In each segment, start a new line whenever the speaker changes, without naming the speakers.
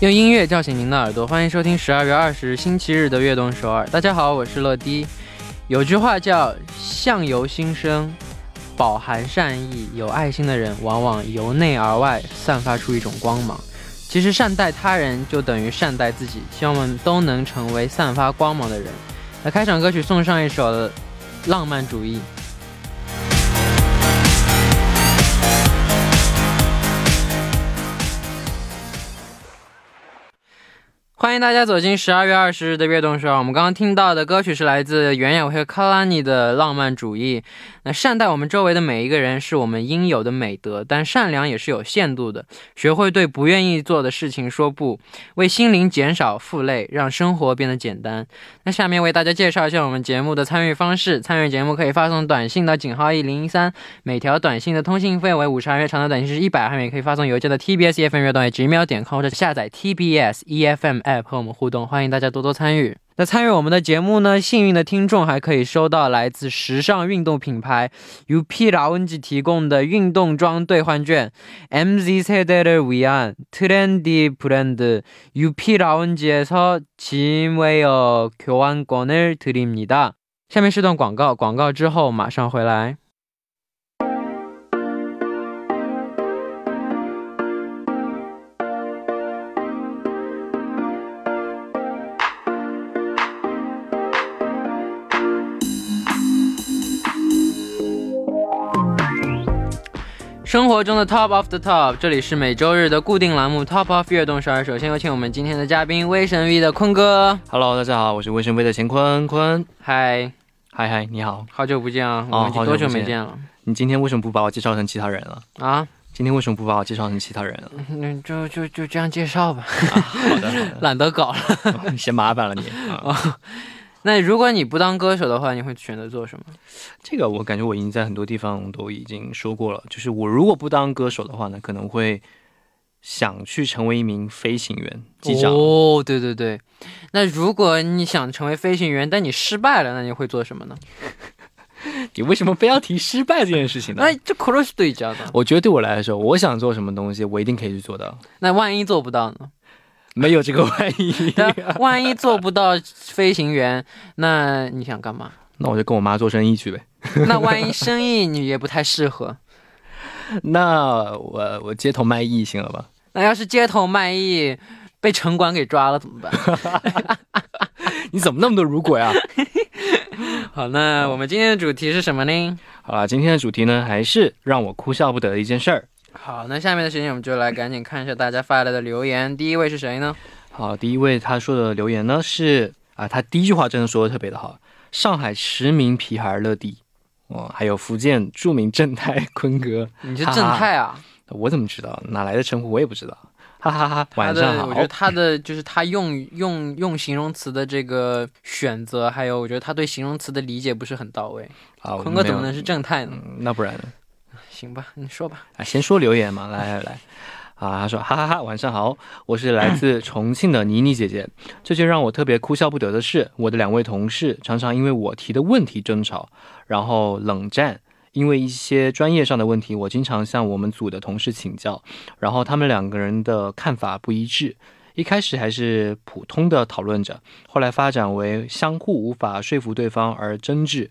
用音乐叫醒您的耳朵，欢迎收听十二月二十日星期日的《悦动首尔》。大家好，我是乐迪。有句话叫“相由心生”，饱含善意、有爱心的人，往往由内而外散发出一种光芒。其实善待他人就等于善待自己，希望我们都能成为散发光芒的人。那开场歌曲送上一首《浪漫主义》。欢迎大家走进十二月二十日的悦动首尔。我们刚刚听到的歌曲是来自袁咏和卡拉尼的《浪漫主义》。那善待我们周围的每一个人是我们应有的美德，但善良也是有限度的。学会对不愿意做的事情说不，为心灵减少负累，让生活变得简单。那下面为大家介绍一下我们节目的参与方式。参与节目可以发送短信到井号一零一三，每条短信的通信费为五十韩元，长的短信是一百韩元。也可以发送邮件到 tbs efm 乐动 g E m a i 点 com 或者下载 tbs efm E app 和我们互动，欢迎大家多多参与。那参与我们的节目呢，幸运的听众还可以收到来自时尚运动品牌 UP 라운지提供的运动装兑换券。MZ 세대를 위한 트렌디 브랜드 UP 라운지에서 짐웨어 교환권을 드립니다. 下面是段广告，广告之后马上回来。生活中的 Top of the Top，这里是每周日的固定栏目 Top of 悦动十二。首先有请我们今天的嘉宾威神 V 的坤哥，
Hello，大家好，我是卫生飞的乾坤坤，
嗨，
嗨嗨，你好。
好久不见啊，我
哦
们已经
好久
多
不
久没
见
见了
你今天为什么不把我介绍成其他人了？
啊？
今天为什么不把我介绍成其他人了？
嗯，就就就这样介绍吧，
啊、好的，好
懒得搞了。
的，嫌麻烦了你啊。
那如果你不当歌手的话，你会选择做什么？
这个我感觉我已经在很多地方都已经说过了，就是我如果不当歌手的话呢，可能会想去成为一名飞行员、机长。
哦，对对对。那如果你想成为飞行员，但你失败了，那你会做什么呢？
你为什么非要提失败这件事情呢？
那哎这 cross 对焦的。
我觉得对我来说，我想做什么东西，我一定可以去做到，
那万一做不到呢？
没有这个万 一。
但万一做不到飞行员，那你想干嘛？
那我就跟我妈做生意去呗。
那万一生意你也不太适合。
那我我街头卖艺行了吧？
那要是街头卖艺被城管给抓了怎么 办？
你怎么那么多如啊果呀？
好，那我们今天的主题是什么呢？
好啦，今天的主题呢，还是让我哭笑不得的一件事儿。
好，那下面的时间我们就来赶紧看一下大家发来的留言。第一位是谁呢？
好，第一位他说的留言呢是啊，他第一句话真的说的特别的好，上海实名皮孩乐迪，哦，还有福建著名正太 坤哥，
你是正太啊？
我怎么知道哪来的称呼我也不知道，哈哈哈
他
晚
的
上好
我觉，得他的就是他用用用形容词的这个选择，还有我觉得他对形容词的理解不是很到位。
啊，
坤哥怎么
没有
能是正太呢？
嗯那不然呢？
行吧，你说吧。
啊，先说留言嘛，来来来，啊，他说哈哈哈，晚上好，我是来自重庆的妮妮姐姐。这件让我特别哭笑不得的是，我的两位同事常常因为我提的问题争吵，然后冷战。因为一些专业上的问题，我经常向我们组的同事请教，然后他们两个人的看法不一致。一开始还是普通的讨论着，后来发展为相互无法说服对方而争执。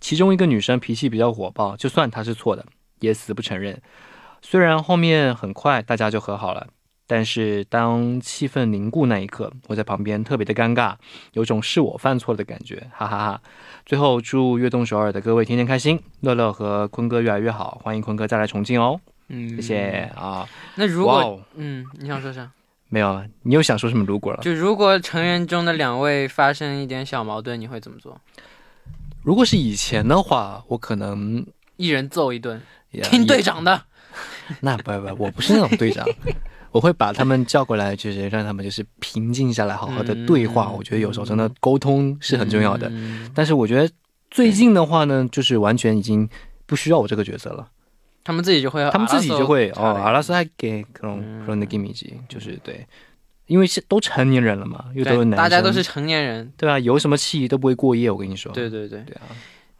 其中一个女生脾气比较火爆，就算她是错的，也死不承认。虽然后面很快大家就和好了，但是当气氛凝固那一刻，我在旁边特别的尴尬，有种是我犯错了的感觉，哈哈哈最后祝悦动首尔的各位天天开心，乐乐和坤哥越来越好，欢迎坤哥再来重庆哦，
嗯，
谢谢、啊！
那如
哇
果
哦，
嗯，你想说啥？
没有，啊你又想说什么如果了？
就如果成员中的两位发生一点小矛盾，你会怎么做？
如果是以前的话，我可能
一人揍一顿，
也
听队长的。
那不不，我不是那种 队长，我会把他们叫过来，就是让他们就是平静下来，好好的对话。
嗯
我觉得有时候真的沟通是很重要的，
嗯
但是我觉得最近的话呢，就是完全已经不需要我这个角色了，
他们自己就会，
他们自己就会哦，阿拉
了。
斯还给可能
嗯
可能的 give me 就是对，因为是都成年人了嘛，又都是
对，
男生，
大家都是成年人。
对啊，有什么气都不会过夜，我跟你说，
对对对。
对啊，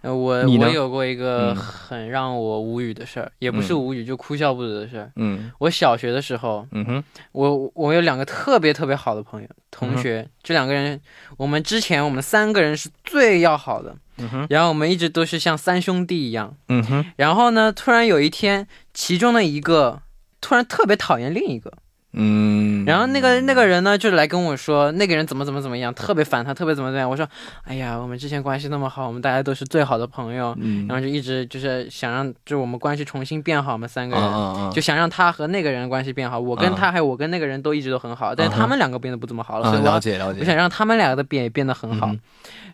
呃，我
你呢
我有过一个
嗯
很让我无语的事儿，也不是
嗯
无语，就哭笑不得的事儿。
嗯
我小学的时候，
嗯哼，
我我有两个特别特别好的朋友
嗯
同学，这两个人，我们之前我们三个人是最要好的，
嗯哼，
然后我们一直都是像三兄弟一样。
嗯哼，
然后呢，突然有一天，其中的一个突然特别讨厌另一个，
嗯，
然后那个那个人呢，就来跟我说，那个人怎么怎么怎么样，特别烦他，特别怎么怎么样。我说，哎呀，我们之前关系那么好，我们大家都是最好的朋友，
嗯，
然后就一直就是想让，就我们关系重新变好，我们三个
啊
人。
啊啊，
就想让他和那个人关系变好，我跟
啊
他还有我跟那个人都一直都很好，但是
啊哈
他们两个变得不怎么好了，
啊
所以我
了
要
解了
我
解，
想让他们俩的变也变得很好
嗯，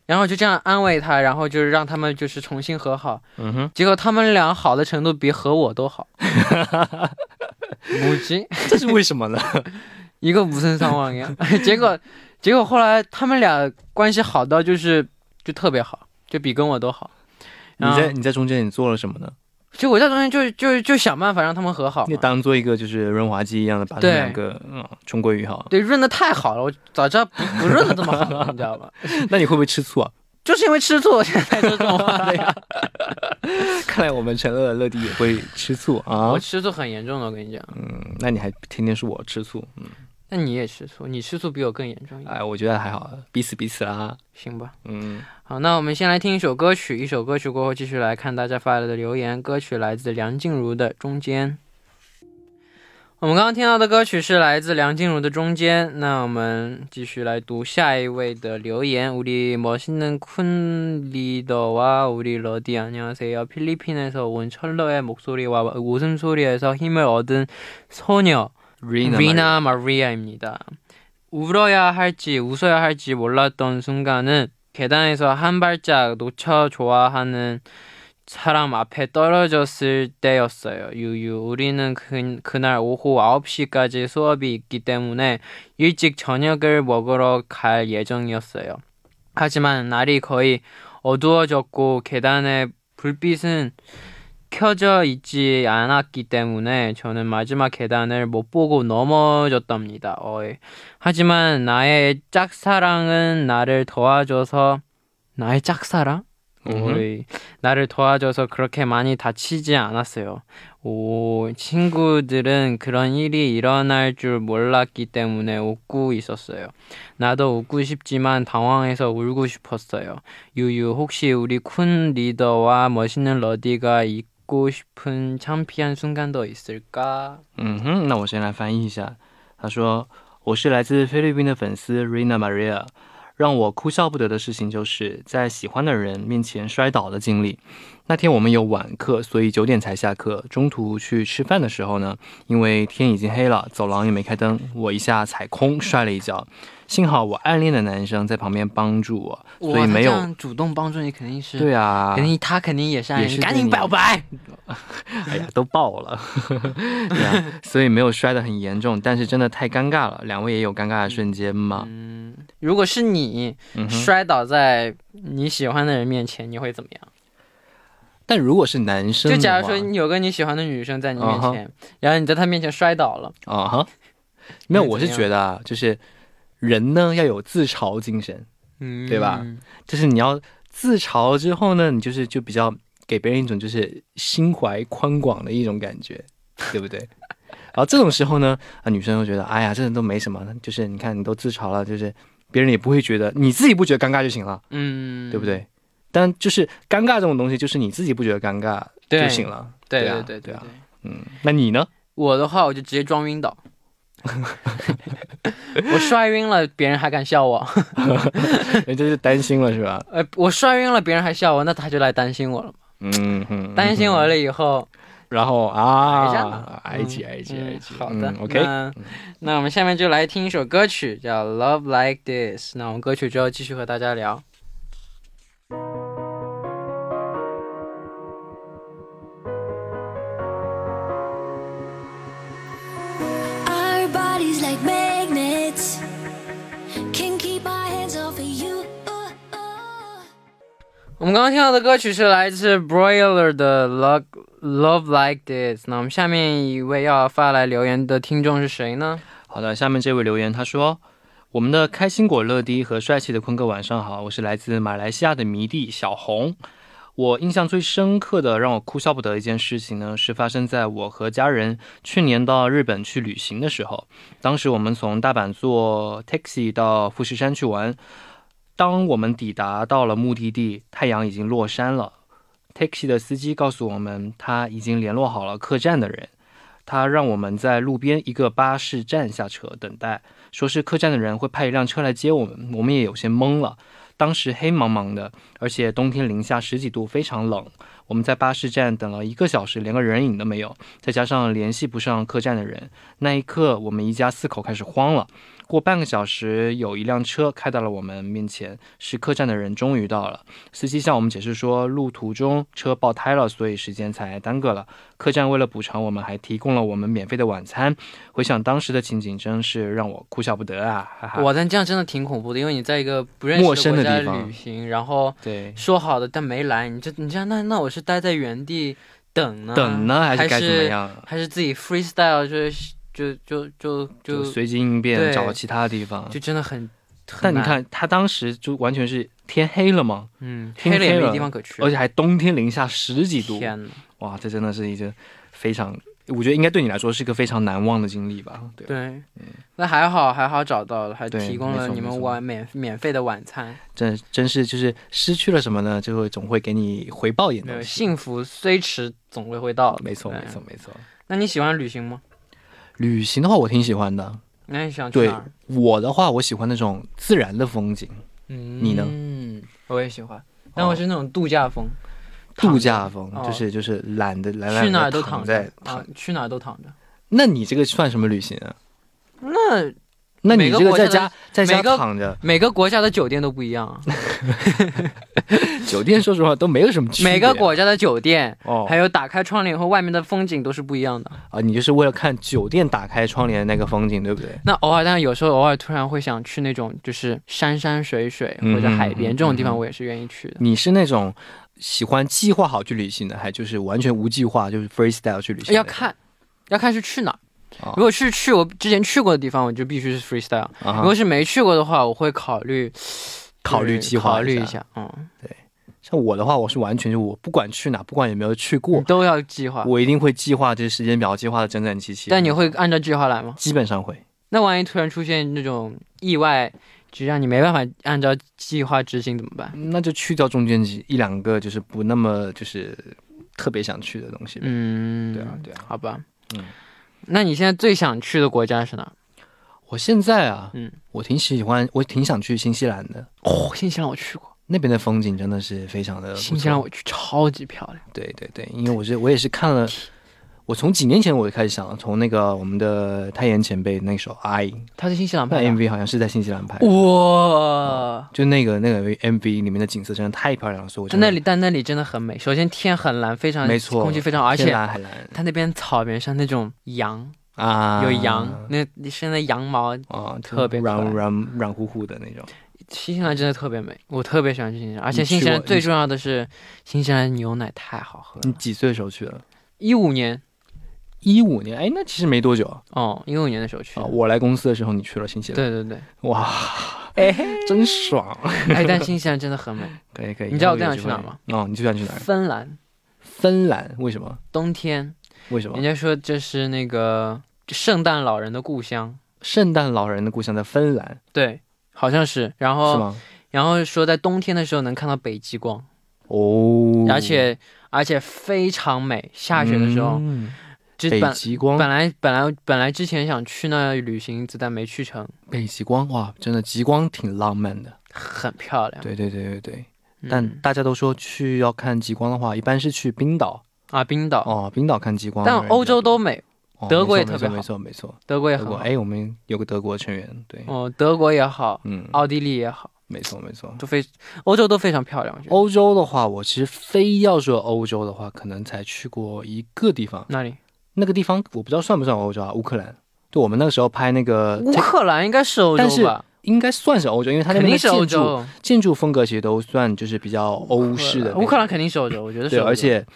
然后就这样安慰他，然后就是让他们就是重新和好，
嗯哼，
结果他们俩好的程度比和我都 好，母鸡
这是为什么呢？
一个无声伤亡一样， 结果结果后来他们俩关系好到就是就特别好，就比跟我都好。
你
然后
在你在中间你做了什么呢？
就我在中间就就就想办法让他们和好嘛
你当做一个就是润滑剂一样的把他们
对
两个嗯冲归于好，
对，润的太好了，我早知道不不润的这么好 了，你知道吧？
那你会不会吃醋 啊？
就是因为吃醋，我现在才说这种话的呀。
看来我们陈乐乐乐迪也会吃醋 啊
我。吃醋很严重的，我跟你讲。
嗯，那你还天天说我吃醋，嗯，
那你也吃醋，你吃醋比我更严重一点，
哎，我觉得还好，彼此彼此啦。
行吧？
嗯，
好，那我们先来听一首歌曲，一首歌曲过后，继续来看大家发来的留言。歌曲来自梁静茹的《中间》。我们刚刚听到的歌曲是来自梁静茹的《中间》。那我们继续来读下一位的留言。우리멋있는쿤리더와우리러디안녕하세요필리핀에서온철러의목소리와웃음소리에서힘을얻은소녀
Rina
리나 마리아입니다. 울어야 할지 웃어야 할지 몰랐던 순간은 계단에서 한 발짝 놓쳐 좋아하는 사람 앞에 떨어졌을 때였어요. 유유 우리는 그, 그날 오후 9시까지 수업이 있기 때문에 일찍 저녁을 먹으러 갈 예정이었어요. 하지만 날이 거의 어두워졌고 계단의 불빛은 켜져 있지 않았기 때문에 저는 마지막 계단을 못 보고 넘어졌답니다. 어이. 하지만 나의 짝사랑은 나를 도와줘서 나의 짝사랑?
음흠.
어이. 나를 도와줘서 그렇게 많이 다치지 않았어요. 오, 친구들은 그런 일이 일어날 줄 몰랐기 때문에 웃고 있었어요. 나도 웃고 싶지만 당황해서 울고 싶었어요. 유유, 혹시 우리 쿤 리더와 멋있는 러디가 이 고 싶은 창피한 순간도 있을까?
嗯哼，那我先来翻译一下。他说：“我是来自菲律宾的粉丝 Rina Maria，让我哭笑不得的事情就是在喜欢的人面前摔倒的经历。那天我们有晚课，所以九点才下课。中途去吃饭的时候呢，因为天已经黑了，走廊也没开灯，我一下踩空摔了一跤。幸好我暗恋的男生在旁边帮助我，所以没
哇他这
有。
样主动帮助你，肯定是，哎
对啊，
肯定他肯定也是爱
也
你，
是对
赶紧
你
表白。
哎呀，都爆 了，对啊，所以没有摔得很严重，但是真的太尴尬了。两位也有尴尬的瞬间吗？
嗯，如果是你
嗯哼。
摔倒在你喜欢的人面前，你会怎么样？
但如果是男生
就
的话，
假如说你有个你喜欢的女生在你面
啊哈
前，然后你在她面前摔倒了，
啊哈，没有，
你会
我是
怎样
觉得啊，就是人呢要有自嘲精神，
嗯
对吧？就是你要自嘲之后呢，你就是就比较给别人一种就是心怀宽广的一种感觉， 对不对？然后这种时候呢，啊，女生就觉得，哎呀，这人都没什么，就是你看你都自嘲了，就是别人也不会觉得，你自己不觉得尴尬就行了。
嗯，
对不？对？但就是尴尬这种东西，就是你自己不觉得尴尬
对
就行了。
对
对啊
对
对
对
啊。嗯，那你呢？
我的话，我就直接装晕倒。 我摔晕了，别人还敢笑我？
人家就担心了是吧？
呃，我摔晕了，别人还笑我，那他就来担心我了嘛。
嗯哼，
担心我
嗯
了以后，
哼，然后
挨战了
啊，挨挤
嗯
挨挤
嗯
挨挤。
好的、
嗯，OK，
那那我们下面就来听一首歌曲，叫《Love Like This》。那我们歌曲之后继续和大家聊。
Our bodies like magnets. Can't keep our hands off of you.
我们刚刚听到的歌曲是来自 Broiler 的《Love Love Like This》。那我们下面一位要发来留言的听众是谁呢？
好的，下面这位留言他说。我们的开心果乐迪和帅气的坤哥，晚上好，我是来自马来西亚的迷弟小红。我印象最深刻的让我哭笑不得的一件事情呢，是发生在我和家人去年到日本去旅行的时候。当时我们从大阪坐 taxi 到富士山去玩，当我们抵达到了目的地，太阳已经落山了。taxi 的司机告诉我们，他已经联络好了客栈的人，他让我们在路边一个巴士站下车等待，说是客栈的人会派一辆车来接我们。我们也有些懵了，当时黑茫茫的，而且冬天零下十几度，非常冷。我们在巴士站等了一个小时，连个人影都没有，再加上联系不上客栈的人，那一刻我们一家四口开始慌了。过半个小时，有一辆车开到了我们面前，是客栈的人终于到了。司机向我们解释说，路途中车爆胎了，所以时间才耽搁了。客栈为了补偿我们，还提供了我们免费的晚餐。回想当时的情景，真是让我哭笑不得啊！哈哈。
哇，但这样真的挺恐怖的，因为你在一个不认识
陌生
的
的
国家
地方
旅行，然后
对，
说好的但没来，你这你这样那那我是待在原地等呢？
等呢还
还
是该怎 么？样？
还是自己 freestyle 就是就就就
就
就
随机应
对
变，找其他地方。
就真的很。很
但你
难，
看，他当时就完全是天黑了嘛，
嗯，
天
黑了也
黑
没
了
地方可去，
而且还冬天零下十几度，
天哪！
哇，这真的是一件非常，我觉得应该对你来说是一个非常难忘的经历吧？对。嗯
对，那还好还好找到了，还
对
提供
没
了
错
你
没
们
错
晚免免费的晚餐。
真真是就是失去了什么呢，就会总会给你回报一点
没有
东西。
幸福虽迟，总归会到的。
没错，
对
没错，。没错。
那你喜欢旅行吗？
旅行的话，我挺喜欢的。
那你想去
对
哪儿？
我的话，我喜欢那种自然的风景，
嗯
你呢哦
嗯，我也喜欢，但我是那种度假风，躺
度
着
假风，
哦
就是就是懒得懒懒
去哪
哪
儿都
躺
着
在
啊，去哪儿都躺着。
那你这个算什么旅行啊？
那
那
每
你
个
这个
国
在
家的
家在家
每个
躺着，
每个国家的酒店都不一样 啊，
酒店说实话都没有什么区别。
每个国家的酒店，
哦
还有打开窗帘以后外面的风景都是不一样的。
啊，你就是为了看酒店打开窗帘的那个风景，对不对？
那偶尔，但是有时候偶尔突然会想去那种就是山山水水
嗯
或者海边
嗯
这种地
嗯
方，我也是愿意去的。
你是那种喜欢计划好去旅行的，还就是完全无计划，就是 freestyle 去旅行的？
要看，要看是去哪儿。
哦
如果是去我之前去过的地方，我就必须是 freestyle；、
啊哈，
如果是没去过的话，我会考虑
考虑
就是
计划
考虑
一
一
下
下，嗯，
像我的话，我是完全就我不管去哪，不管有没有去过，
都要计划。
我一定会计划这时间表，计划的整整齐齐。
但你会按照计划来吗？
基本上会，
那万一突然出现那种意外，就让你没办法按照计划执行怎么办？
那就去掉中间几一两个，就是不那么就是特别想去的东西。，
嗯，
对啊，对啊。
好吧，
嗯。
那你现在最想去的国家是哪儿？
我现在啊，
嗯
我挺喜欢，我挺想去新西兰的，
哦，新西兰我去过，
那边的风景真的是非常呃的不错。
新西兰我去超级漂亮。
对对对，因为我是我也是看了。我从几年前我就开始想了，从那个我们的泰妍前辈那首《I》，
它是新西兰
那嗯
拍的啊，
MV 好像是在新西兰
哦
拍的，
哇！
就那个那个 MV 里面的景色真的太漂亮了，所以我
在
真的
那里，但那里真的很美。首先天很蓝，非常
没错
空气非常好，而
天
且
蓝海蓝
它那边草原上那种羊，
啊，
有羊，那身的羊毛，
啊，
特别可爱
软软软乎乎的那种。
新西兰真的特别美，我特别喜欢去新西兰。而且
你去嗯
新西兰
过
最
你
重要的是，新西兰牛奶太好喝
你
了。
几岁的时候去的？
一五年
一五年，哎，那其实没多久啊。
哦，一五年的时候去的。
我来公司的时候，你去了新西兰，
对对对，
哇，真 爽！
哎，但新西兰真的很美。
可以可以，
你知道我
以后有
最想去
机会
哪儿吗？
哦，你最想去哪儿？
芬兰
芬兰？为什么？
冬天，
为什么
人？家说这是那个圣诞老人的故乡，
圣诞老人的故乡在芬兰
对，好像是。然
是
后
吗？
然后说在冬天的时候能看到北极光。
哦，
而且而且非常美。下雪的时候，
嗯
就
北
本
极光
本，来本来本来之前想去那旅行，但没去成，
北极光，哇，真的极光挺浪漫的。
很漂亮。
对对对对对。
嗯，
但大家都说去要看极光的话，一般是去冰岛
啊，冰岛，
哦，冰岛看极光的人
但
比较多。
欧洲都美，
哦
德国
没
也
错
特别
没
好
错没错没错。
德国也
德
很
国
好。
哎，我们有个德国成员，对，
哦，德国也好，
嗯，
奥地利也好，
没错没错。
都非欧洲都非常漂亮。我觉得
欧洲的话，我其实非要说欧洲的话，可能才去过一个地方，
那里
那个地方我不知道算不算欧洲啊，乌克兰。对，我们那个时候拍那个
乌，克兰应该是欧
但
洲
是
吧？
应该算是欧洲，因为它那
肯
边
定是
的
欧
建筑
洲，
建筑风格其实都算就是比较欧式的那种。
乌克兰肯定是欧洲，我觉得是
对，
欧洲。
而且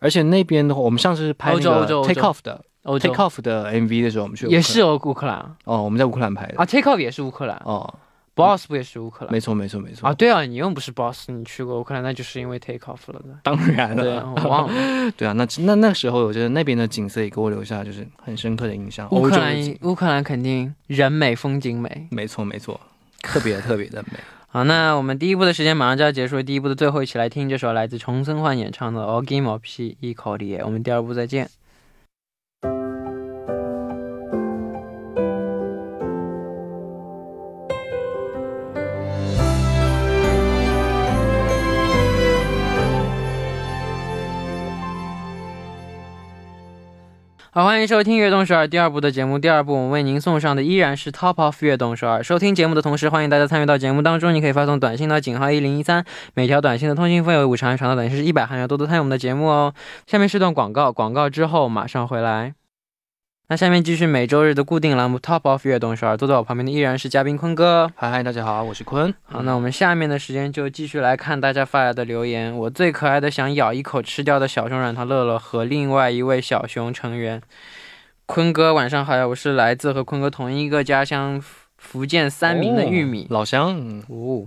而且那边的话，我们上次是拍
欧
那
洲欧洲
个
欧洲
Take Off 的
欧洲
Take Off 的 MV 的时候，我们去乌克兰
也是欧乌克兰啊
哦，我们在乌克兰拍的
啊，Take Off 也是乌克兰，
哦，
，Boss 不也是乌克兰？
没错，没错，没错
啊，，对啊，你又不是 Boss，你去过乌克兰，那就是因为 Take Off 了的。
当然
对
了
啊，，我忘了。
对啊，那那那时候，我觉得那边的景色也给我留下就是很深刻的印象。
乌
欧
克
洲的
兰
景，
乌克兰肯定人美风景美
没错没错，特 别特别的美。
好，那我们第一部的时间马上就要结束了，第一部的最后一起来听这首来自重森焕演唱的《o g i m o p i i k o r i 我们第二部再见。好，欢迎收听《悦动首尔》第二部的节目。第二部我们为您送上的依然是 Top of 悦动首尔。收听节目的同时，欢迎大家参与到节目当中。你可以发送短信到井号一零一三，每条短信的通信费为五十韩元，长的短信是一百韩元。多多参与我们的节目哦。下面是段广告，广告之后马上回来。那下面继续每周日的固定栏目 Top of 悦动首尔。坐在我旁边的依然是嘉宾坤哥。
嗨嗨，大家好，我是坤。
好，那我们下面的时间就继续来看大家发来的留言。我最可爱的想咬一口吃掉的小熊软糖乐乐和另外一位小熊成员，坤哥晚上好呀，我是来自和坤哥同一个家乡福福建三明的玉米
哦。老乡， 嗯
哦，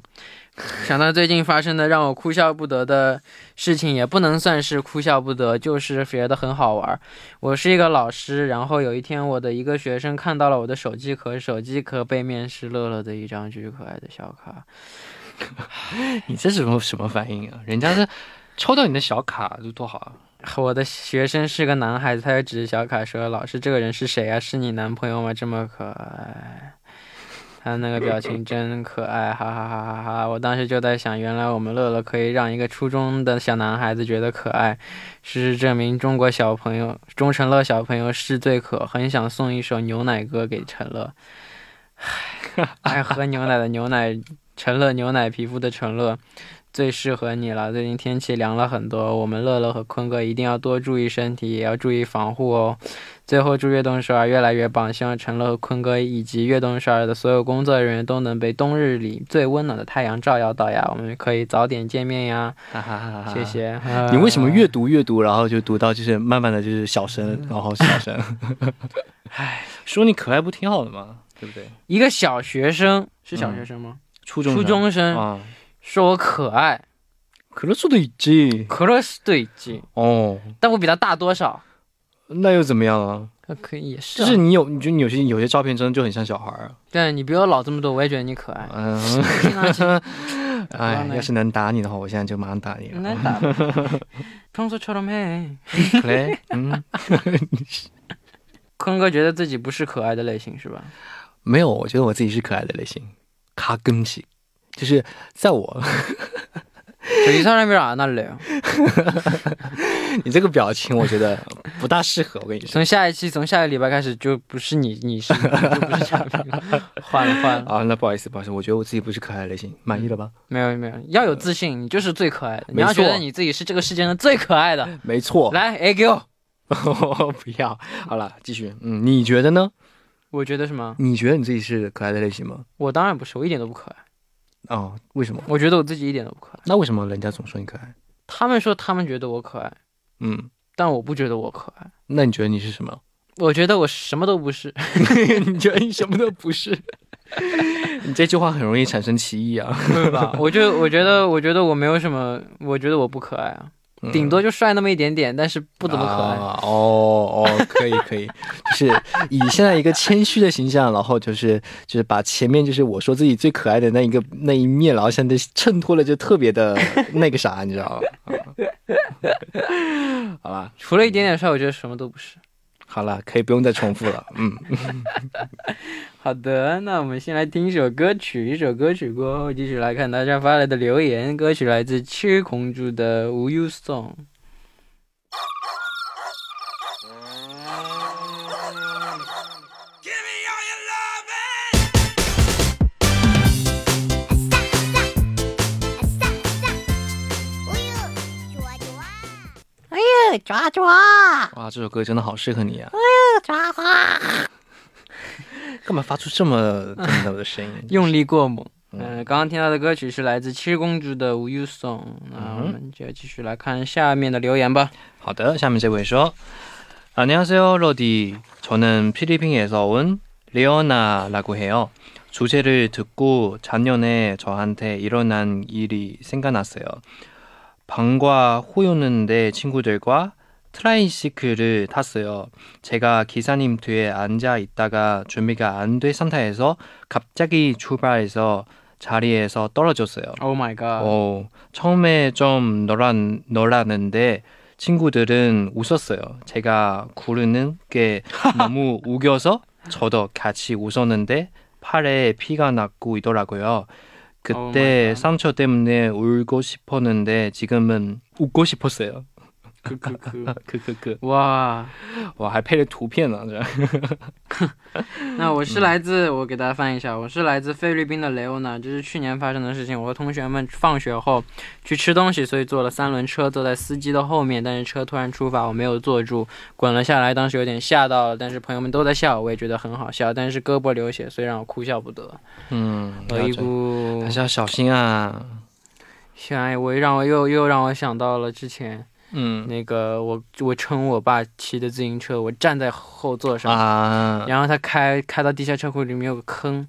想到最近发生的让我哭笑不得的事情，也不能算是哭笑不得，就是觉得很好玩儿。我是一个老师，然后有一天我的一个学生看到了我的手机壳，手机壳背面是乐乐的一张巨可爱的小卡。
你这是什么什么反应啊？人家是 抽到你的小卡，这多好啊！
我的学生是个男孩子，他就指着小卡说：“老师，这个人是谁啊？是你男朋友吗？这么可爱。”他那个表情真可爱，哈哈哈哈哈！我当时就在想，原来我们乐乐可以让一个初中的小男孩子觉得可爱。事实证明，中国小朋友钟成乐小朋友是最可，很想送一首《牛奶歌》给陈乐。唉爱喝牛奶的牛奶，陈乐牛奶皮肤的陈乐，最适合你了。最近天气凉了很多，我们乐乐和坤哥一定要多注意身体，也要注意防护哦。最后祝悦动首尔越来越棒，希望陈乐和坤哥以及悦动首尔的所有工作人员都能被冬日里最温暖的太阳照耀到呀，我们可以早点见面呀。
哈哈哈哈哈
谢。谢。
你为什么
呃
越读越读，然后就读到就是慢慢的就是小声，然后小声？嗯 唉，说你可爱不挺好的吗？对不对？
一个小学生是小学生吗？
初中
初中生、
啊，
说我可爱，
可乐做的已经
可乐是对劲，
哦，
但我比他大多少？
那又怎么样啊？
呃可以也是
就
啊、
是你有，你觉得你有些有些照片真的就很像小孩儿啊。
对你比我老这么多，我也觉得你可 爱。
嗯，
听上去
哎，要是能打你的话，我现在就马上打你 了。
난 나. 평소처럼 해.
그래? 음.
坤哥觉得自己不是可爱的类型是吧？
没有，我觉得我自己是可爱的类型。卡根奇，就是在我
저이 사람이랑 안 할래요.
你这个表情，我觉得不大适合。我跟你说
从下一期，从下个礼拜开始就不是你，你是你就不是嘉宾了，换了换了，
啊，那不好意思，不好意思，我觉得我自己不是可爱的类型，满意了吧？
没有没有，要有自信，你就是最可爱的，
没
你要觉得
错
你自己是这个世界上最可爱的。
没错，
来，A Q，
不要，好了，继续。嗯，你觉得呢？
我觉得什么？
你觉得你自己是可爱的类型吗？
我当然不是，我一点都不可爱，
哦，为什么？
我觉得我自己一点都不可爱。
那为什么人家总说你可爱？
他们说他们觉得我可爱，
嗯，
但我不觉得我可爱，
那你觉得你是什么？
我觉得我什么都不是。
你觉得你什么都不是？ 你这句话很容易产生歧义啊。
对 吧？我就我觉得，我觉得我没有什么，我觉得我不可爱啊，顶多就帅那么一点点，但是不
不
怎么可爱。
啊、哦哦，可以可以， 就是以现在一个谦虚的形象，然后就是就是把前面就是我说自己最可爱的那一个那一面，然后现在衬托了就特别的那个啥，你知道吗？ 啊好啦
除了一点点帅，我觉得什么都不是。
好啦，可以不用再重复了。嗯，
好的，那我们先来听一首歌曲，一首歌曲过后，继续来看大家发来的留言。歌曲来自七孔柱的《无忧 song》。
抓抓
哇，这首歌真的好适合你啊！
抓抓！
干嘛发出这么这么的声音？
用力过猛。嗯、刚刚听到的歌曲是来自七公主的《无忧 song》。那我们就继续来看下面的留言吧。
好的，下面这位说，안녕하세요, 로디. 저는 필리핀에서 온 레오나라고 해요. 주제를 듣고 작년에 저한테 일어난 일이 생각났어요. 방과 후였는데 친구들과 트라이시클을 탔어요. 제가 기사님 뒤에 앉아 있다가 준비가 안 된 상태에서 갑자기 출발해서 자리에서 떨어졌어요.
Oh my god.
어, 처음에 좀 놀란, 놀랐는데 친구들은 웃었어요. 제가 구르는 게 너무 우겨서 저도 같이 웃었는데 팔에 피가 났고
Oh
있더라고요.
my
그때
God.
상처 때문에 울고 싶었는데 지금은 웃고 싶었어요.
크크크.
그그그
哇，
我还配了图片呢，这样
那我是来自，我给大家翻译一下，我是来自菲律宾的雷欧娜，这是去年发生的事情。我和同学们放学后去吃东西，所以坐了三轮车，坐在司机的后面，但是车突然出发，我没有坐住，滚了下来，当时有点吓到了，但是朋友们都在笑，我也觉得很好笑，但是胳膊流血，所以让我哭笑不得。
嗯，
我
了
一
解
股
还是要小心啊，
想，哎我让我又又让我想到了之前
嗯
那个我我乘我爸骑的自行车，我站在后座上，
啊，
然后他开开到地下车库里面有个坑，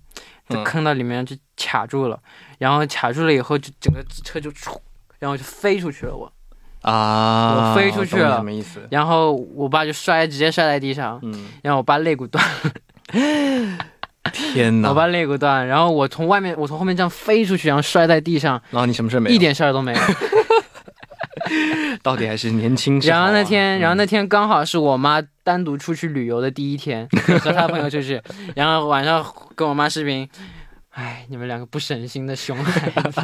就
嗯
坑到里面就卡住了，然后卡住了以后就整个车就出，然后就飞出去了我，
啊，
我飞出去
懂你
了
什么意思？
然后我爸就摔直接摔在地上，
嗯，
然后我爸肋骨断，
天哪
我，爸肋骨断，然后我从外面我从后面这样飞出去，然后摔在地上，
然后你什么事没有？
一点事儿都没有。
到底还是年轻时、啊。
然后那天，然后那
嗯
天刚好是我妈单独出去旅游的第一天，就和她朋友出 去，然后晚上跟我妈视频。哎，你们两个不省心的熊孩子，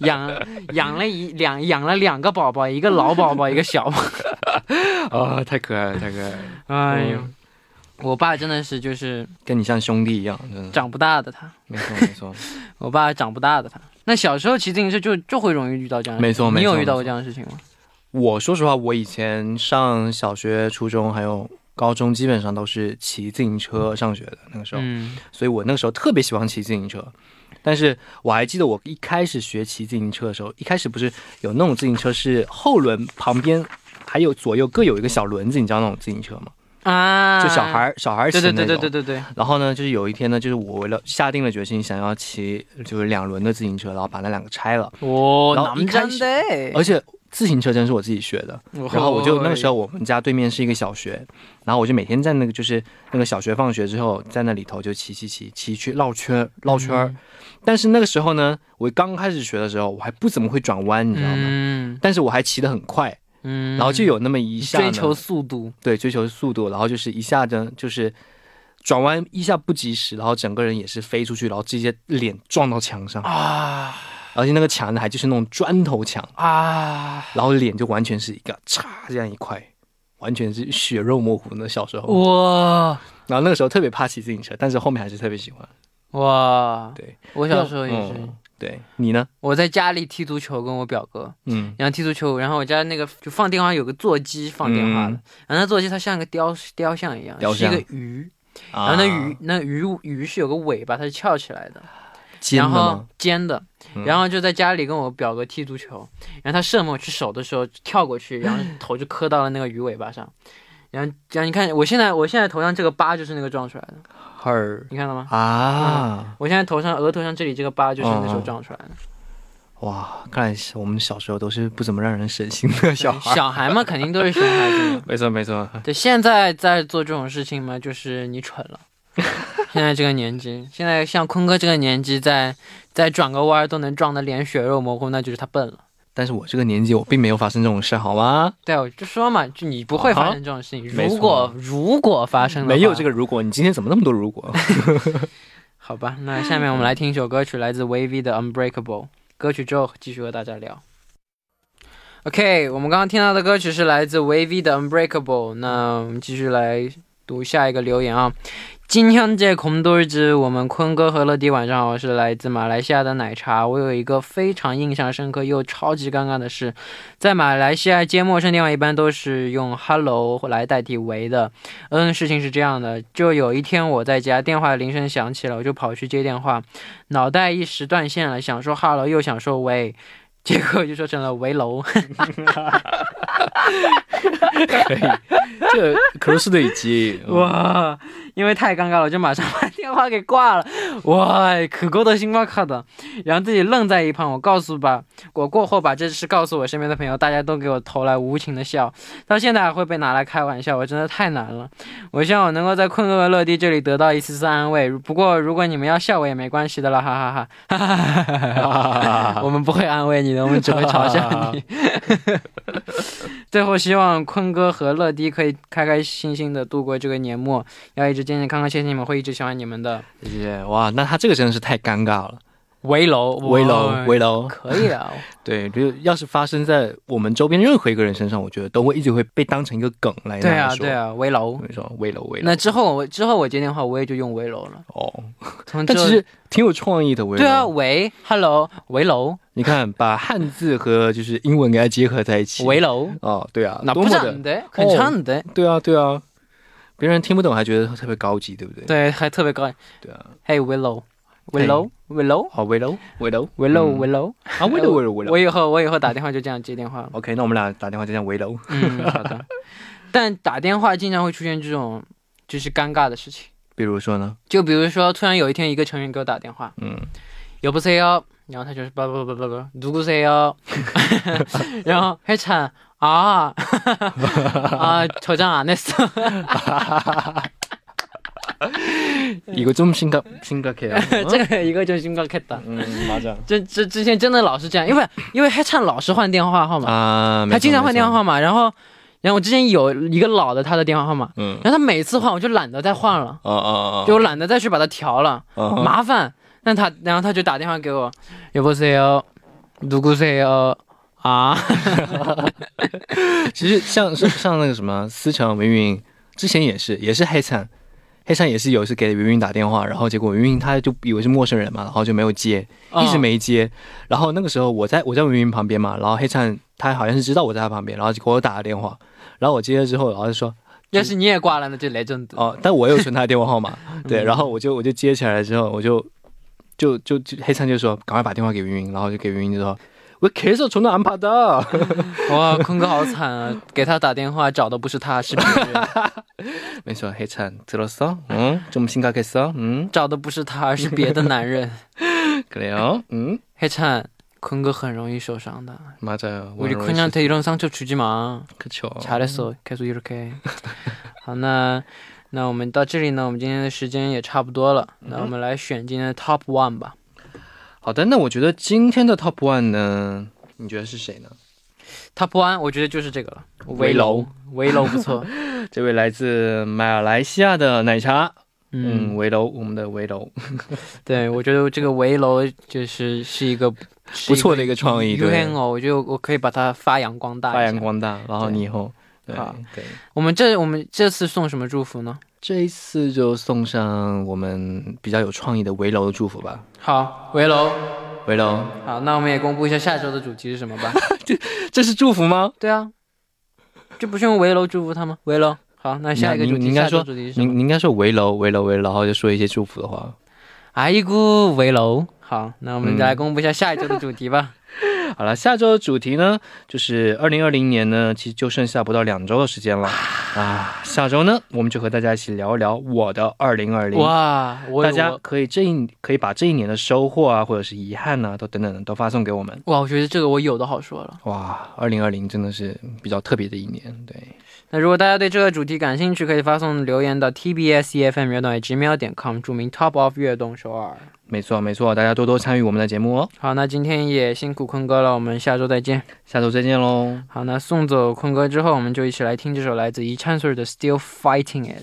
养养了一两养了两个宝宝，一个老宝宝，一个小宝 宝。
啊、太可爱了，太可爱了，
哎呦
嗯，
我爸真的是就是
跟你像兄弟一样，真的。
长不大的他，
没错，没 错，
我爸长不大的他。那小时候骑自行车就就会容易遇到这样的事
没
情，
错没
你
错
有遇到
没
过这样的事情吗？
我说实话，我以前上小学、初中还有高中，基本上都是骑自行车上学的那个时候，
嗯，
所以我那个时候特别喜欢骑自行车。但是我还记得我一开始学骑自行车的时候，一开始不是有那种自行车是后轮旁边还有左右各有一个小轮子，你知道那种自行车吗？
啊，
就小孩，儿小孩儿骑
对
的那
对
种。
对对对对对，
然后呢，就是有一天呢，就是我为了下定了决心，想要骑就是两轮的自行车，然后把那两个拆了。
哦，
然后一
南
开
山
始
的，
而且自行车真是我自己学的，
哦
然后我就那个时候我们家对面是一个小学，然后我就每天在那个就是那个小学放学之后，在那里头就骑骑骑骑去绕圈儿绕圈儿。
嗯
但是那个时候呢，我刚开始学的时候，我还不怎么会转弯，你知道吗？
嗯
但是我还骑得很快，
嗯，
然后就有那么一下呢
追求速度，
对追求速度，然后就是一下子就是转弯一下不及时，然后整个人也是飞出去，然后直接脸撞到墙上啊！而且那个墙呢还就是那种砖头墙啊，然后脸就完全是一个嚓这样一块，完全是血肉模糊的小时
哦
候。
哇
然后那个时候特别怕骑自行车，但是后面还是特别喜欢。
哇，
对，
我小时候也是，
嗯对你呢？
我在家里踢足球，跟我表哥，
嗯，
然后踢足球，然后我家那个就放电话有个座机放电话的，
嗯
然后那座机它像个雕雕像一样，
雕像啊
是一个鱼，
然
然后那鱼、那鱼鱼是有个尾巴，它是翘起来的，
尖的
然后
吗？
尖的
嗯，
然后就在家里跟我表哥踢足球，然后他射门我去手的时候跳过 去，然后头就磕到了那个鱼尾巴上，然后然后你看我现在我现在头上这个疤就是那个撞出来的，
哈儿
你看到吗？
啊，
我现在头上额头上这里这个疤就是那时候撞出来的。
哇，看来是我们小时候都是不怎么让人省心的小孩。
小孩嘛，肯定都是熊孩子 嘛。
没错没错，
对，现在在做这种事情嘛，就是你蠢 了。现在这个年纪，现在像坤哥这个年纪，再再转个弯儿都能撞得脸血肉模糊，那就是他笨了。
但是我这个年纪，我并没有发生这种事，好吗？
对，我就说嘛，就你不会发
啊
生这种事情。
没
如
错
果如果发生的话
没有这个如果，你今天怎么那么多如 果？
好吧，那下面我们来听一首歌曲，来自 Wavy 的《Unbreakable》。歌曲之后继续和大家聊。OK，我们刚刚听到的歌曲是来自 Wavy 的《Unbreakable》。那我们继续来读下一个留言啊。今天这空多日，我们坤哥和乐迪晚上好，我是来自马来西亚的奶茶。我有一个非常印象深刻又超级尴尬的事，在马来西亚接陌生电话一般都是用 “hello” 来代替“喂”的，嗯，事情是这样的，就有一天我在家，电话铃声响起了，我就跑去接电话，脑袋一时断线了，想说 hello 又想说喂，结果就说成了围楼。
可以，这可是是对机。嗯
哇，因为太尴尬了，我就马上把电 电话给挂了。哇，可够的星巴克的，然后自己愣在一旁。我告诉吧，我过后把这事告诉我身边的朋友，大家都给我投来无情的笑，到现在还会被拿来开玩笑，我真的太难了。我希望我能够在困厄乐蒂这里得到一丝丝安慰。不过如果你们要笑我也没关系的了，哈哈哈。 我们不会安慰你的，我们只会嘲笑你。 最后，希望坤哥和乐迪可以开开心心的度过这个年末，要一直健健康康。谢谢你们，会一直喜欢你们的。
谢谢哇，那他这个真的是太尴尬了，
围楼，
危楼
哇哎
危楼，
哦可以 啊，
对，就要是发生在我们周边任何一个人身上，我觉得都会一直会被当成一个梗来
对啊，
拿来说
对，啊，围楼
哎我。跟你说危楼危楼
那之后我之后我接电话我也就用围楼了。
哦，
从
但
这
其实挺有创意的危楼。
对啊，喂，hello，围楼，
你看把汉字和就是英文给它结合在一起，
围楼，
哦，对啊，
那
多
不
么
是
的，
的，很长的，
对啊对啊，别人听不懂还觉得特别高级，对不对？
对，还特别高。
对啊，
嘿，围楼，围楼，围楼，
好哦危楼危楼
围楼，
嗯
围楼。
啊危楼危楼危
我
楼。。
以后我以后打电话就这样接电话
OK，那我们俩打电话就这样 危楼。
嗯，好的。但打电话经常会出现这种就是尴尬的事情，
比如说呢，
就比如说突然有一天一个成员给我打电话，
嗯，
여보세요，然后他就是不不不不不누구세요，然后还惨 啊啊저장안했어， 嗯
一个中心个心个 K 啊，
这个一个就心肝开打。
嗯，麻将
这这之前真的老是这样，因为因为黑灿老是换电话号码，
啊，没
他
错
经常换电话，
没错
号码，然后然后我之前有一个老的他的电话号码，
嗯，
然后他每次换我就懒得再换了。
哦哦哦，
就我懒得再去把它调了，
嗯
麻烦。那他，然后他就打电话给我，여보세요，누哦구세요？啊，
其实 像像像那个什么思成云云，之前也是也是黑灿，黑灿也是有一次给云云打电话，然后结果云云她就以为是陌生人嘛，然后就没有接， 一直
嗯。
没接。然后那个时候我在我在云云旁边嘛，然后黑灿他好像是知道我在他旁边，然后就给我打了电话，然后我接了之后，然后就说
要是你也挂了，那就来真的。
哦，但我有存他的电话号码，
嗯
对，然后我就我就接起来之后，我就就就就黑灿就说赶快把电话给云云，然后就给云云就说。我계속전화안받아
哇，坤哥好惨啊！ 给他打电话找的不是他， 是别人；
没错，黑灿들었어？嗯，좀생각했어？嗯，
找的不是他，是别的男人。
그래요? 응?
黑灿，坤哥很容易受伤的。
맞아요.
우리 쿤이한테 이런 상처 주지 마.
그쵸.
잘했어. 계속 이렇게. 好，那那我们到这里呢，我们今天的时间也差不多了。
嗯
那我们来选今天的 Top One 吧。
好的，那我觉得今天的 Top One 呢，你觉得是谁呢？
Top One，我觉得就是这个了。
围楼，
围楼不 错。
这位来自马来西亚的奶茶，
嗯，
嗯，围楼，我们的围楼，
对，我觉得这个围楼就是是一个不
不错的一个创意，
UNO，我觉得我可以把它发扬光大。。
对，发扬光大，然后你以后，对，
啊好。我们这我们这次送什么祝福呢？
对。这一次就送上我们比较有创意的围楼的祝福吧，围楼，
好，围楼。好，那我们也公布一下下周的主题是什么吧。
这是祝福吗？
对啊，这不是用围楼祝福他吗？围楼。好，那下一个
你
主题，
你应该
下周
说
主题是什么？
你你应该说围楼，围楼，围楼，然后就说一些祝福的话。
哎姑围楼。好，那我们
嗯
来公布一下下一周的主题吧。
好了，下周的主题呢，就是二零二零年呢，其实就剩下不到两周的时间了啊。下周呢，我们就和大家一起聊一聊我的二零二 零。
哇，我
大家
我
可以这一可以把这一年的收获啊，或者是遗憾呐、都等等的都发送给我们。
哇，我觉得这个我有的好说了。
哇，二零二零真的是比较特别的一年，对，
那如果大家对这个主题感兴趣，可以发送留言到 tbs efm 乐动 gmail 点 com，注明 top of 乐动首尔。
没错没错，大家多多参与我们的节目哦。
好，那今天也辛苦坤哥了，我们下周再见。
下周再见喽。
好，那送走坤哥之后，我们就一起来听这首来自一찬솔的《Still Fighting It》。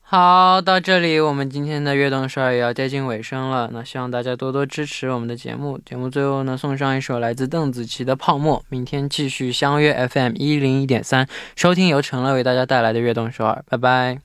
好，到这里我们今天的悦动事儿也要接近尾声了。那希望大家多多支持我们的节目。节目最后呢，送上一首来自邓紫棋的《泡沫》。明天继续相约 FM 一零一点三，收听由陈乐为大家带来的悦动首尔。拜拜。